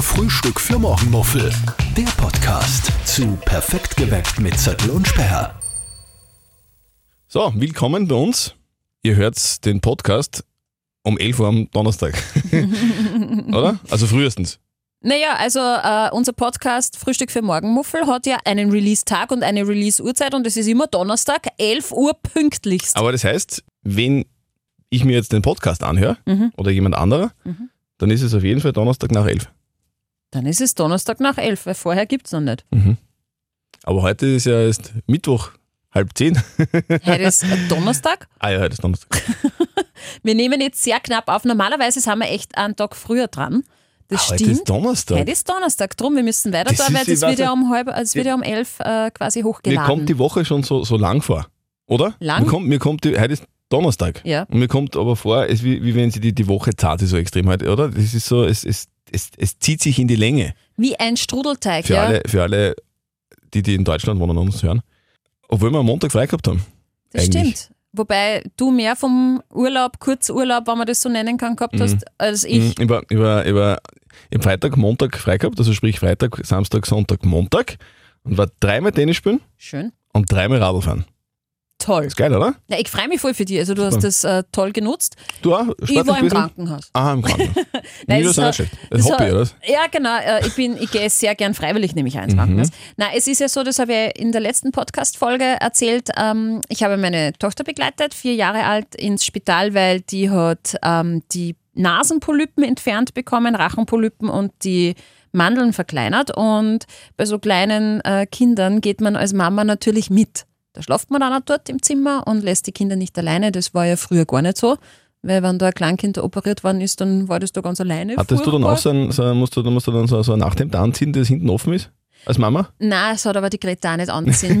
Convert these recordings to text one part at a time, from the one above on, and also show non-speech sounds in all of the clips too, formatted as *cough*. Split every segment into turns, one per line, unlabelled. Frühstück für Morgenmuffel. Der Podcast zu Perfekt geweckt mit Zettel und Sperr.
So, willkommen bei uns. Ihr hört den Podcast um 11 Uhr am Donnerstag. *laughs* Oder? Also frühestens.
Naja, also äh, unser Podcast Frühstück für Morgenmuffel hat ja einen Release-Tag und eine Release-Uhrzeit und es ist immer Donnerstag, 11 Uhr pünktlichst.
Aber das heißt, wenn ich mir jetzt den Podcast anhöre
Mhm.
oder jemand anderer, dann ist es auf jeden Fall Donnerstag nach 11.
Dann ist es Donnerstag nach 11, weil vorher gibt es
*laughs*
noch nicht.
Aber heute ist ja erst Mittwoch, halb 10.
Heute ist äh, Donnerstag.
ah ja, heute ist Donnerstag.
Wir nehmen jetzt sehr knapp auf. Normalerweise sind wir echt einen Tag früher dran. Das
Ah, Heute
stimmt.
ist Donnerstag.
Heute ist Donnerstag, drum, wir müssen weiter
Das
da,
ist-
weil
ich
es
weiß
wird ja
nicht.
um halb, es wird ja um elf äh, quasi
Mir
hochgeladen.
kommt die Woche schon so, so lang vor, oder?
Lang?
Mir kommt, mir kommt die, heute ist Donnerstag.
Ja.
Und mir kommt aber vor, es wie, wie wenn sie die, die Woche zart ist so extrem halt, oder? Das ist so, es, es, es, es zieht sich in die Länge.
Wie ein Strudelteig,
Für,
ja.
alle, für alle, die, die in Deutschland wohnen und uns hören. Obwohl wir am Montag frei gehabt haben.
Das
eigentlich.
stimmt. Wobei du mehr vom Urlaub, Kurzurlaub, wenn man das so nennen kann, gehabt hast, als ich.
Mhm, Über, über, über, ich hab Freitag, Montag frei gehabt, also sprich Freitag, Samstag, Sonntag, Montag. Und war dreimal Tennis spielen
Schön.
und dreimal Radl fahren.
Toll.
Ist geil, oder?
Ja, ich freue mich voll für dich. Also du hast
Super.
das äh, toll genutzt.
Du auch?
ich war im
gewesen?
Krankenhaus.
Aha, im
*laughs*
Krankenhaus. Nein, das ist
es
auch
hat-
nicht schlecht. Ein
es
Hobby,
hat-
oder? was?
Ja, genau. Äh, Ich, bin, ich gehe sehr gern freiwillig, nämlich eins
Mhm.
Krankenhaus. Na, es ist ja so, das habe ich in der letzten Podcast-Folge erzählt. Ähm, ich habe meine Tochter begleitet, vier Jahre alt, ins Spital, weil die hat ähm, die Nasenpolypen entfernt bekommen, Rachenpolypen und die Mandeln verkleinert. Und bei so kleinen äh, Kindern geht man als Mama natürlich mit. Da schlaft man dann auch dort im Zimmer und lässt die Kinder nicht alleine. Das war ja früher gar nicht so. Weil wenn da ein Kleinkind operiert worden ist, dann war das da ganz alleine.
Hattest du dann
Furchtbar.
auch so ein, so, ein- musst du, musst du dann so, so ein Nachthemd anziehen, das hinten offen ist? Als Mama?
Nein, es hat aber die Greta auch nicht anziehen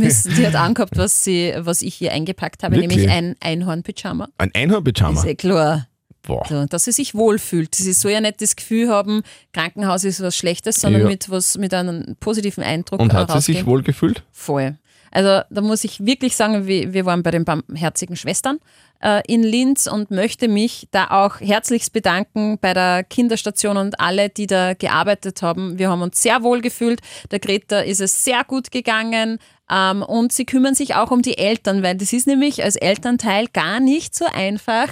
*laughs*
müssen. Die hat angehabt, was, sie, was ich hier eingepackt habe,
Wirklich?
nämlich ein Einhorn-Pyjama.
Ein
Ist
Einhorn-Pyjama?
eh klar,
Boah.
so, dass sie sich wohlfühlt. Sie soll ja nicht das Gefühl haben, Krankenhaus ist was Schlechtes, sondern
Ja.
mit, was, mit einem positiven Eindruck
Und
äh,
hat sie sich
rausgehen.
wohl gefühlt?
Voll. Also da muss ich wirklich sagen, wir, wir waren bei den barmherzigen Schwestern äh, in Linz und möchte mich da auch herzlichst bedanken bei der Kinderstation und alle, die da gearbeitet haben. Wir haben uns sehr wohl gefühlt. Der Greta ist es sehr gut gegangen. Ähm, und sie kümmern sich auch um die Eltern, weil das ist nämlich als Elternteil gar nicht so einfach,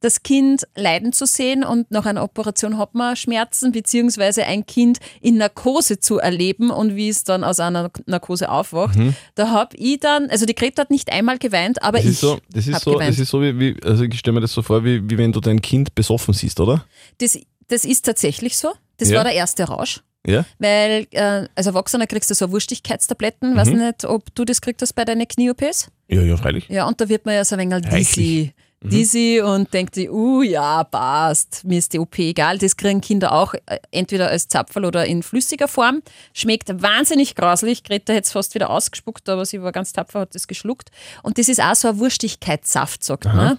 das Kind leiden zu sehen und nach einer Operation hat man Schmerzen, beziehungsweise ein Kind in Narkose zu erleben und wie es dann aus einer Narkose aufwacht. Da hab ich dann, also die Greta hat nicht einmal geweint, aber
Mhm. Das
ich
ist so, das
hab
ist so,
geweint.
das ist so wie, wie also ich stelle mir das so vor, wie, wie wenn du dein Kind besoffen siehst, oder?
das, das ist tatsächlich so. Das
Ja.
war der erste Rausch.
Ja?
Weil äh, als Erwachsener kriegst du so Wurstigkeitstabletten. Weiß
Mhm.
nicht, ob du das kriegst bei deinen Knie-OPs.
Ja, ja, freilich.
Ja, und da wird man ja so ein wenig
Reichlich. Mhm.
dizzy. Dizzy und denkt sich, uh ja, passt, mir ist die OP egal. Das kriegen Kinder auch äh, entweder als Zapferl oder in flüssiger Form. Schmeckt wahnsinnig grauslich. Greta hätte es fast wieder ausgespuckt, aber sie war ganz tapfer, hat es geschluckt. Und das ist auch so ein Wurstigkeitssaft, sagt man.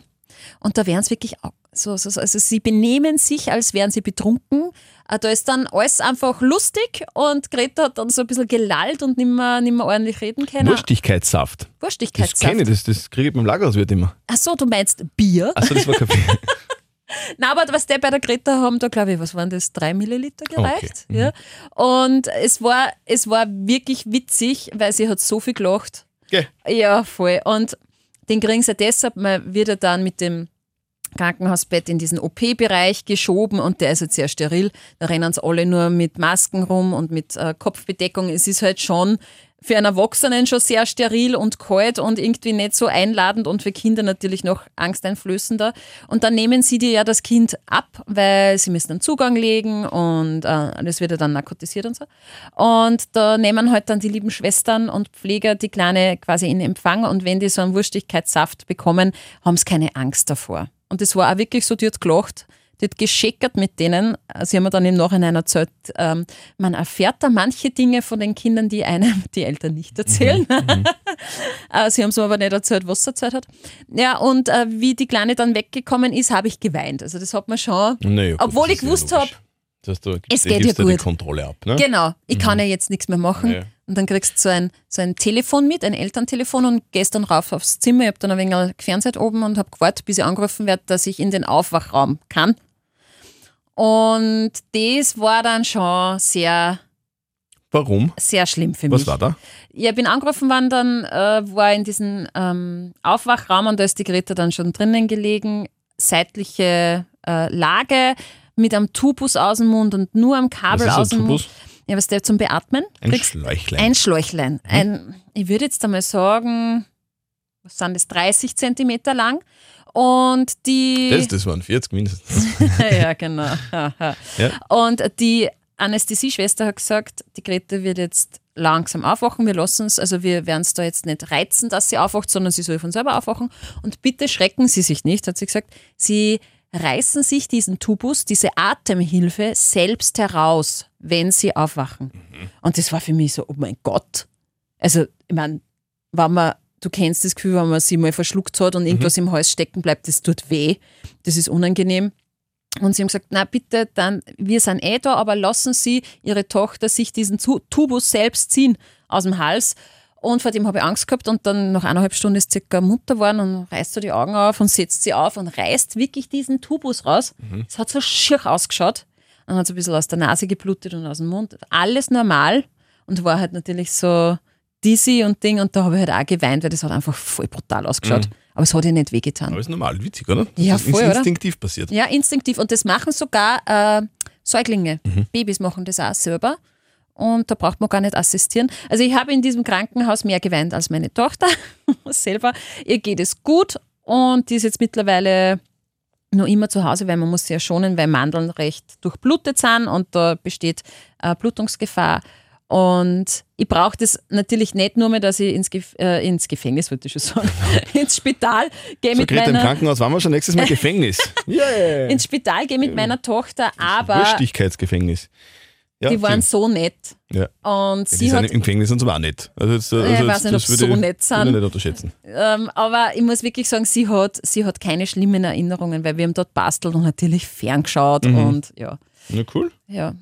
Und da wären es wirklich auch so, so, so, also sie benehmen sich, als wären sie betrunken. Äh, Da ist dann alles einfach lustig und Greta hat dann so ein bisschen gelallt und nimmer, nimmer ordentlich reden können.
Wurstigkeitssaft. Das
Wurstigkeitssaft.
kenne ich, das, das kriege ich beim Lagerhauswirt immer.
Ach so, du meinst Bier?
Achso, das war Kaffee.
*laughs* Na, aber was der bei der Greta haben, da glaube ich, was waren das? Drei Milliliter
Okay.
gereicht.
Mhm.
Ja. Und es war, es war wirklich witzig, weil sie hat so viel gelacht.
Gell.
Ja, voll. Und den kriegen sie deshalb, man wird ja dann mit dem Krankenhausbett in diesen OP-Bereich geschoben und der ist jetzt sehr steril. Da rennen sie alle nur mit Masken rum und mit äh, Kopfbedeckung. Es ist halt schon für einen Erwachsenen schon sehr steril und kalt und irgendwie nicht so einladend und für Kinder natürlich noch angsteinflößender. Und dann nehmen sie dir ja das Kind ab, weil sie müssen einen Zugang legen und äh, das wird ja dann narkotisiert und so. Und da nehmen halt dann die lieben Schwestern und Pfleger die Kleine quasi in Empfang und wenn die so einen Wurstigkeitssaft bekommen, haben sie keine Angst davor. Und das war auch wirklich so, die hat gelacht, die hat gescheckert mit denen. Sie haben mir dann im Nachhinein erzählt, ähm, man erfährt da manche Dinge von den Kindern, die einem die Eltern nicht erzählen. *laughs* Äh, Sie haben es mir aber nicht erzählt, was sie erzählt hat. Ja, und äh, wie die Kleine dann weggekommen ist, habe ich geweint. Also das hat man schon.
Naja, gut,
Obwohl
das ist
ich
ja
gewusst
logisch.
hab,
Das heißt, du, du
es geht
gibst
ja
dir die
gut.
Kontrolle ab, ne?
Genau, ich kann ja jetzt nichts mehr machen.
Ja.
Und dann kriegst du so ein, so ein Telefon mit, ein Elterntelefon und gehst dann rauf aufs Zimmer. Ich habe dann ein wenig gefernseht oben und habe gewartet, bis ich angerufen werde, dass ich in den Aufwachraum kann. Und das war dann schon sehr,
Warum?
sehr schlimm für
Was
mich.
war da?
Ja, bin angerufen worden, dann äh, war in diesem ähm, Aufwachraum und da ist die Greta dann schon drinnen gelegen, seitliche äh, Lage mit einem Tubus aus dem Mund und nur am
Was
Kabel
ist
aus
ein
dem Mund.
Tubus?
Ja, was der zum Beatmen?
Ein
Kriegst-
Schläuchlein.
ein Schläuchlein. Ein, ich würde jetzt einmal sagen, was sind das, 30 Zentimeter lang. Und die.
das, das waren 40 mindestens.
*laughs* ja, genau. Haha.
Ja.
Und die Anästhesieschwester hat gesagt, die Grete wird jetzt langsam aufwachen. Wir lassen es, also wir werden es da jetzt nicht reizen, dass sie aufwacht, sondern sie soll von selber aufwachen. Und bitte schrecken Sie sich nicht, hat sie gesagt. Sie reißen sich diesen Tubus, diese Atemhilfe selbst heraus, wenn sie aufwachen. Und das war für mich so, oh mein Gott. Also, ich meine, wenn man, du kennst das Gefühl, wenn man sie mal verschluckt hat und irgendwas im Hals stecken bleibt, das tut weh. Das ist unangenehm. Und sie haben gesagt, na bitte, dann, wir sind eh da, aber lassen Sie Ihre Tochter sich diesen Zu- Tubus selbst ziehen aus dem Hals. Und vor dem habe ich Angst gehabt und dann nach eineinhalb Stunden ist circa Mutter geworden und reißt so die Augen auf und setzt sie auf und reißt wirklich diesen Tubus raus. Es hat so schier ausgeschaut. Dann hat es ein bisschen aus der Nase geblutet und aus dem Mund. Alles normal und war halt natürlich so dizzy und Ding und da habe ich halt auch geweint, weil das hat einfach voll brutal ausgeschaut. Aber es hat ihr nicht wehgetan.
Aber ist normal, witzig, oder?
Ja,
das ist
voll, oder?
instinktiv passiert.
Ja, instinktiv. Und das machen sogar äh, Säuglinge.
Mhm.
Babys machen das auch selber. Und da braucht man gar nicht assistieren. Also ich habe in diesem Krankenhaus mehr geweint als meine Tochter *laughs* selber. Ihr geht es gut und die ist jetzt mittlerweile nur immer zu Hause, weil man muss sie ja schonen, weil Mandeln recht durchblutet sind und da besteht äh, Blutungsgefahr. Und ich brauche das natürlich nicht nur mehr, dass ich ins, Gef äh, ins Gefängnis, würde ich
*laughs*
schon sagen, ins Spital gehe
So,
mit
Greta, im
meiner
Krankenhaus waren wir schon
*laughs*
nächstes Mal Gefängnis. yeah.
ins Spital gehe mit meiner Tochter, aber
Wurstigkeitsgefängnis. Ja,
die waren so nett.
Ja.
Und
die
sie
sind
hat,
im Gefängnis und so auch nicht. Also, jetzt, also
ich weiß
jetzt,
nicht,
das
ob
würde
sie so
ich-
nett sind.
würde ich nicht unterschätzen.
ähm, aber ich muss wirklich sagen, sie hat, sie hat keine schlimmen Erinnerungen, weil wir haben dort bastelt und natürlich ferngeschaut
Mhm.
und ja,
Na cool.
ja.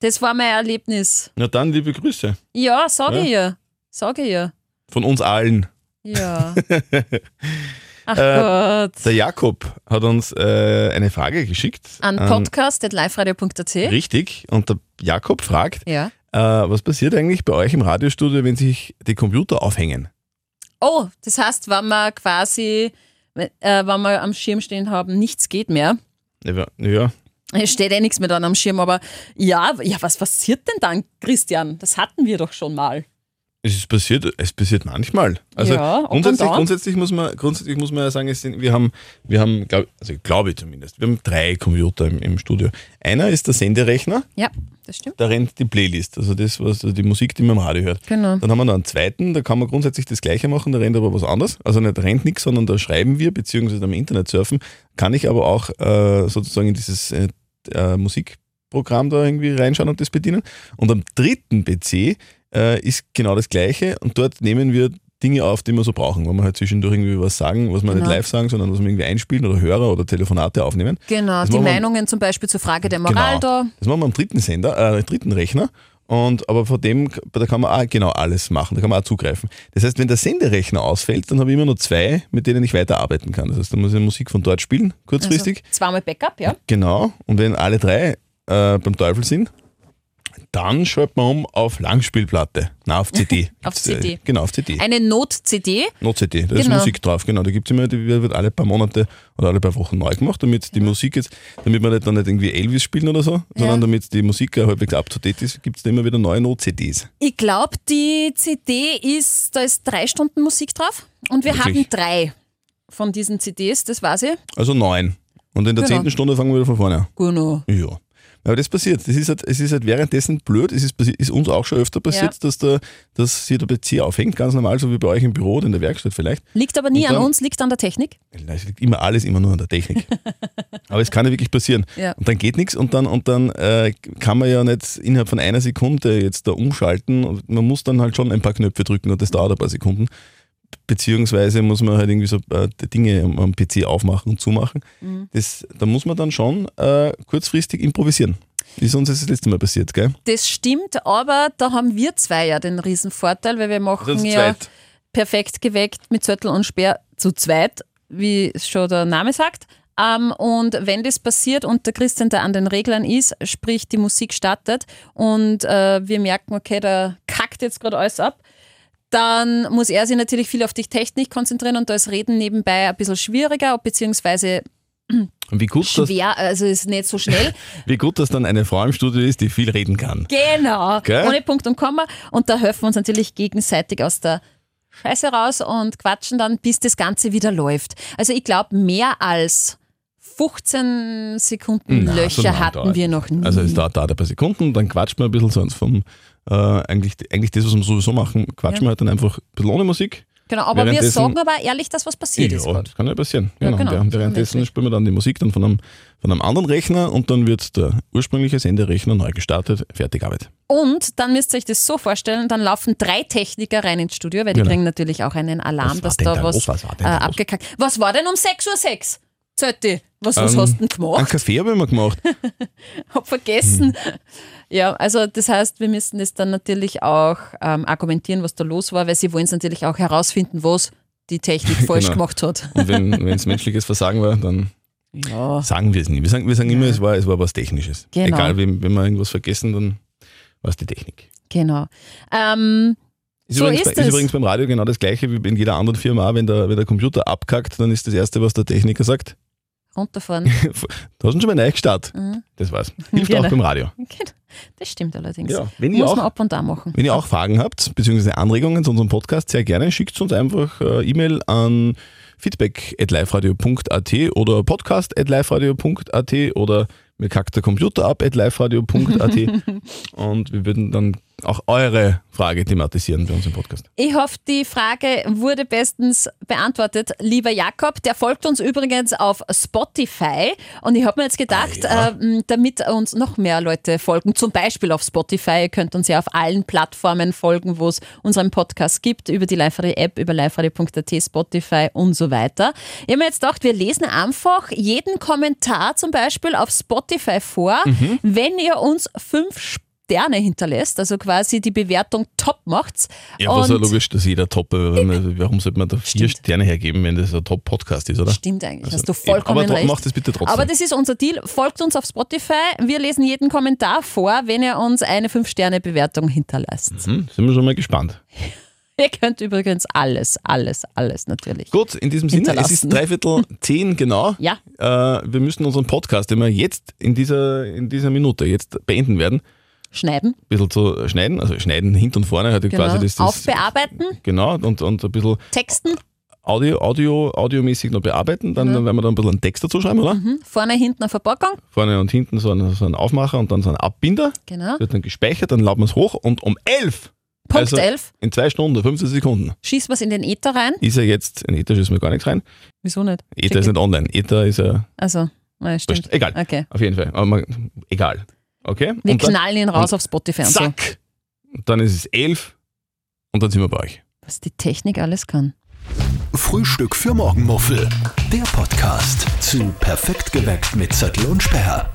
Das war mein Erlebnis.
Na dann, liebe Grüße.
Ja, sage
Ja.
ich ja. Sage ich ja.
Von uns allen. *laughs*
Ja. Ach Gott.
Der Jakob hat uns äh, eine Frage geschickt. Ähm,
An podcast.liferadio.at.
Richtig. Und der Jakob fragt,
Ja.
äh, was passiert eigentlich bei euch im Radiostudio, wenn sich die Computer aufhängen?
Oh, das heißt, wenn wir quasi, äh, wenn wir am Schirm stehen haben, nichts geht mehr.
Ja, ja.
Es steht eh nichts mehr dann am Schirm, aber ja, ja, was passiert denn dann, Christian? Das hatten wir doch schon mal.
Es ist passiert, es passiert manchmal. Also
Ja, ab und
grundsätzlich,
an.
grundsätzlich, muss man, grundsätzlich muss man ja sagen, es sind, wir haben, wir haben glaub, also glaube ich zumindest, wir haben drei Computer im, im Studio. Einer ist der Senderechner,
Ja, das stimmt.
da rennt die Playlist, also das, was also die Musik, die man im Radio hört.
Genau.
Dann haben wir noch einen zweiten, da kann man grundsätzlich das gleiche machen, da rennt aber was anderes. Also nicht rennt nichts, sondern da schreiben wir, beziehungsweise am Internet surfen, kann ich aber auch äh, sozusagen in dieses äh, äh, Musikprogramm da irgendwie reinschauen und das bedienen. Und am dritten PC äh, ist genau das gleiche und dort nehmen wir Dinge auf, die wir so brauchen, wenn wir halt zwischendurch irgendwie was sagen, was wir
Genau.
nicht live sagen, sondern was wir irgendwie einspielen oder Hörer oder Telefonate aufnehmen.
Genau,
Das
die
machen wir- Genau.
Meinungen zum Beispiel zur Frage der Moral da.
Das machen wir am dritten Sender, äh, dritten Rechner. Und aber vor dem, da kann man auch genau alles machen, da kann man auch zugreifen. Das heißt, wenn der Senderechner ausfällt, dann habe ich immer nur zwei, mit denen ich weiterarbeiten kann. Das heißt, da muss ich Musik von dort spielen, kurzfristig.
Also, zweimal Backup, ja.
Genau. Und wenn alle drei äh, beim Teufel sind, dann schreibt man um auf Langspielplatte. Na, auf CD.
*laughs* Auf
Gibt's, äh,
CD.
Genau, auf CD.
Eine Not-CD.
Not-CD, da ist
Genau.
Musik drauf, genau. Da gibt es immer, die wird alle paar Monate oder alle paar Wochen neu gemacht, damit die
Mhm.
Musik jetzt, damit man nicht dann nicht irgendwie Elvis spielen oder so, sondern damit die Musik auch halbwegs up-to-date ist, gibt es da immer wieder neue Not-CDs.
Ich glaube, die CD ist, da ist drei Stunden Musik drauf und wir
Wirklich?
hatten drei von diesen CDs, das weiß ich.
Also neun. Und in der
Genau.
zehnten Stunde fangen wir wieder von vorne an.
Genau.
Ja. Aber das passiert. Das ist halt, es ist halt währenddessen blöd. Es ist, passi- ist uns auch schon öfter passiert,
Ja.
dass, der, dass sich der PC aufhängt, ganz normal, so wie bei euch im Büro oder in der Werkstatt vielleicht.
Liegt aber nie
Und dann-
an uns, liegt an der Technik.
Es liegt immer alles immer nur an der
*laughs*
Technik. Aber es kann ja wirklich passieren.
Ja.
Und dann geht nichts und dann, und dann äh, kann man ja nicht innerhalb von einer Sekunde jetzt da umschalten. Und man muss dann halt schon ein paar Knöpfe drücken und das dauert ein paar Sekunden. Beziehungsweise muss man halt irgendwie so äh, die Dinge am, am PC aufmachen und zumachen.
Mhm.
Das, da muss man dann schon äh, kurzfristig improvisieren. Ist uns das, das letzte Mal passiert, gell?
Das stimmt, aber da haben wir zwei ja den Riesenvorteil, weil wir machen ja. perfekt geweckt mit Zettel und Speer zu zweit, wie es schon der Name sagt. Ähm, und wenn das passiert und der Christian da an den Reglern ist, sprich die Musik startet und äh, wir merken, okay, da kackt jetzt gerade alles ab, dann muss er sich natürlich viel auf die Technik konzentrieren und da ist Reden nebenbei ein bisschen schwieriger, beziehungsweise
Und wie gut, dass,
schwer, also ist nicht so schnell.
wie gut, dass dann eine Frau im Studio ist, die viel reden kann.
Genau,
Gell?
ohne Punkt und Komma. Und da helfen wir uns natürlich gegenseitig aus der Scheiße raus und quatschen dann, bis das Ganze wieder läuft. Also ich glaube, mehr als 15 Sekunden
Na, so
Löcher
lang
hatten
dauert
wir
es
noch nie.
Also es dauert, dauert ein paar Sekunden, dann quatscht man ein bisschen sonst vom, äh, eigentlich, eigentlich das, was wir sowieso machen, quatschen wir halt dann einfach ein bisschen ohne Musik.
genau, aber wir
währenddessen-
sagen aber ehrlich, dass was passiert ist.
ja,
gerade.
das kann ja passieren.
Ja,
Genau.
genau,
Während- Währenddessen
möglich.
spielen wir dann die Musik dann von einem, von einem anderen Rechner und dann wird der ursprüngliche Senderechner neu gestartet, fertig Arbeit.
Und dann müsst ihr euch das so vorstellen, dann laufen drei Techniker rein ins Studio, weil die
Genau.
bringen natürlich auch einen Alarm,
Was war
dass
denn
da
da
was,
los? Was war
äh,
denn da los?
abgekackt. Was war denn um 6.06 Uhr? Zötti, was, was
Ähm,
hast du denn
Einen
gemacht?
Kaffee habe ich mir gemacht.
*laughs* hab vergessen. Ja, also das heißt, wir müssen das dann natürlich auch ähm, argumentieren, was da los war, weil sie wollen es natürlich auch herausfinden, was die Technik falsch
Genau.
gemacht hat.
Und
*laughs*
wenn es menschliches Versagen war, dann
Ja.
sagen wir es nie. Wir sagen, wir sagen immer, es war, es war was Technisches.
Genau.
Egal, wenn, wenn wir irgendwas vergessen, dann war es die Technik.
Genau. Ähm,
Ist,
So
übrigens,
ist
bei, ist
es.
übrigens beim Radio genau das gleiche wie in jeder anderen Firma. auch. Wenn der, wenn der Computer abkackt, dann ist das Erste, was der Techniker sagt,
runterfahren.
da hast du schon mal neu gestartet.
Mhm.
Das
*laughs*
war's. Hilft
Genau.
auch beim Radio.
Genau. Das stimmt allerdings.
Wenn, ihr
Muss
auch,
man ab und an machen.
wenn ihr auch Fragen habt, beziehungsweise Anregungen zu unserem Podcast, sehr gerne schickt uns einfach äh, E-Mail an feedback.liferadio.at oder podcast.liferadio.at oder mir kackt der Computer ab at
*laughs*
liveradio.at und wir würden dann auch eure Frage thematisieren bei uns im Podcast.
Ich hoffe, die Frage wurde bestens beantwortet. Lieber Jakob, der folgt uns übrigens auf Spotify. Und ich habe mir jetzt gedacht,
Ah, ja.
ähm, damit uns noch mehr Leute folgen, zum Beispiel auf Spotify, ihr könnt uns ja auf allen Plattformen folgen, wo es unseren Podcast gibt, über die Live-Radio-App, über liveradio.at, Spotify und so weiter. Ich habe mir jetzt gedacht, wir lesen einfach jeden Kommentar zum Beispiel auf Spotify vor,
Mhm.
wenn ihr uns fünf Sterne hinterlässt, also quasi die Bewertung top macht's.
Ja, aber es ist
Und-
ja logisch, dass jeder Top, äh, wenn man- warum sollte man da vier
Stimmt.
Sterne hergeben, wenn das ein Top-Podcast ist, oder?
Stimmt eigentlich,
Also,
hast du
eben,
vollkommen
aber tro-
recht.
macht es bitte trotzdem.
Aber das ist unser Deal. Folgt uns auf Spotify. Wir lesen jeden Kommentar vor, wenn ihr uns eine 5-Sterne-Bewertung hinterlasst.
Hm, sind wir schon mal gespannt.
Ihr könnt übrigens alles, alles, alles natürlich.
Gut, in diesem Sinne, es
Hinterlassen.
ist dreiviertel
*laughs*
zehn genau.
Ja.
Äh, wir müssen unseren Podcast, den wir jetzt in dieser, in dieser Minute jetzt beenden werden,
Schneiden,
ein bisschen zu schneiden, also schneiden hinten und vorne, halt
genau.
quasi das, das
aufbearbeiten,
Genau, und, und ein bisschen
texten,
Audio, Audio, audiomäßig noch bearbeiten, dann
Mhm.
werden wir da ein bisschen einen Text dazu schreiben, oder?
hm, vorne, hinten eine Verpackung.
Vorne und hinten so einen, so einen Aufmacher und dann so einen Abbinder.
Genau.
Wird dann gespeichert, dann laden wir es hoch und um elf,
Punkt
Also-
11,
in zwei Stunden, 15 Sekunden,
schießt was in den Äther rein.
ist ja jetzt, in Ether schießen wir gar nichts rein.
Wieso nicht?
Ether ist nicht online, Ether ist ja,
Also, nein, stimmt.
egal.
Okay.
Auf jeden Fall. Aber man, egal. Okay?
Wir
und dann,
knallen ihn raus auf Spotify und so.
zack! Und dann ist es elf und dann sind wir bei euch.
Was die Technik alles kann.
Frühstück für Morgenmuffel. Der Podcast zu Perfekt geweckt mit Zettel und Sperr.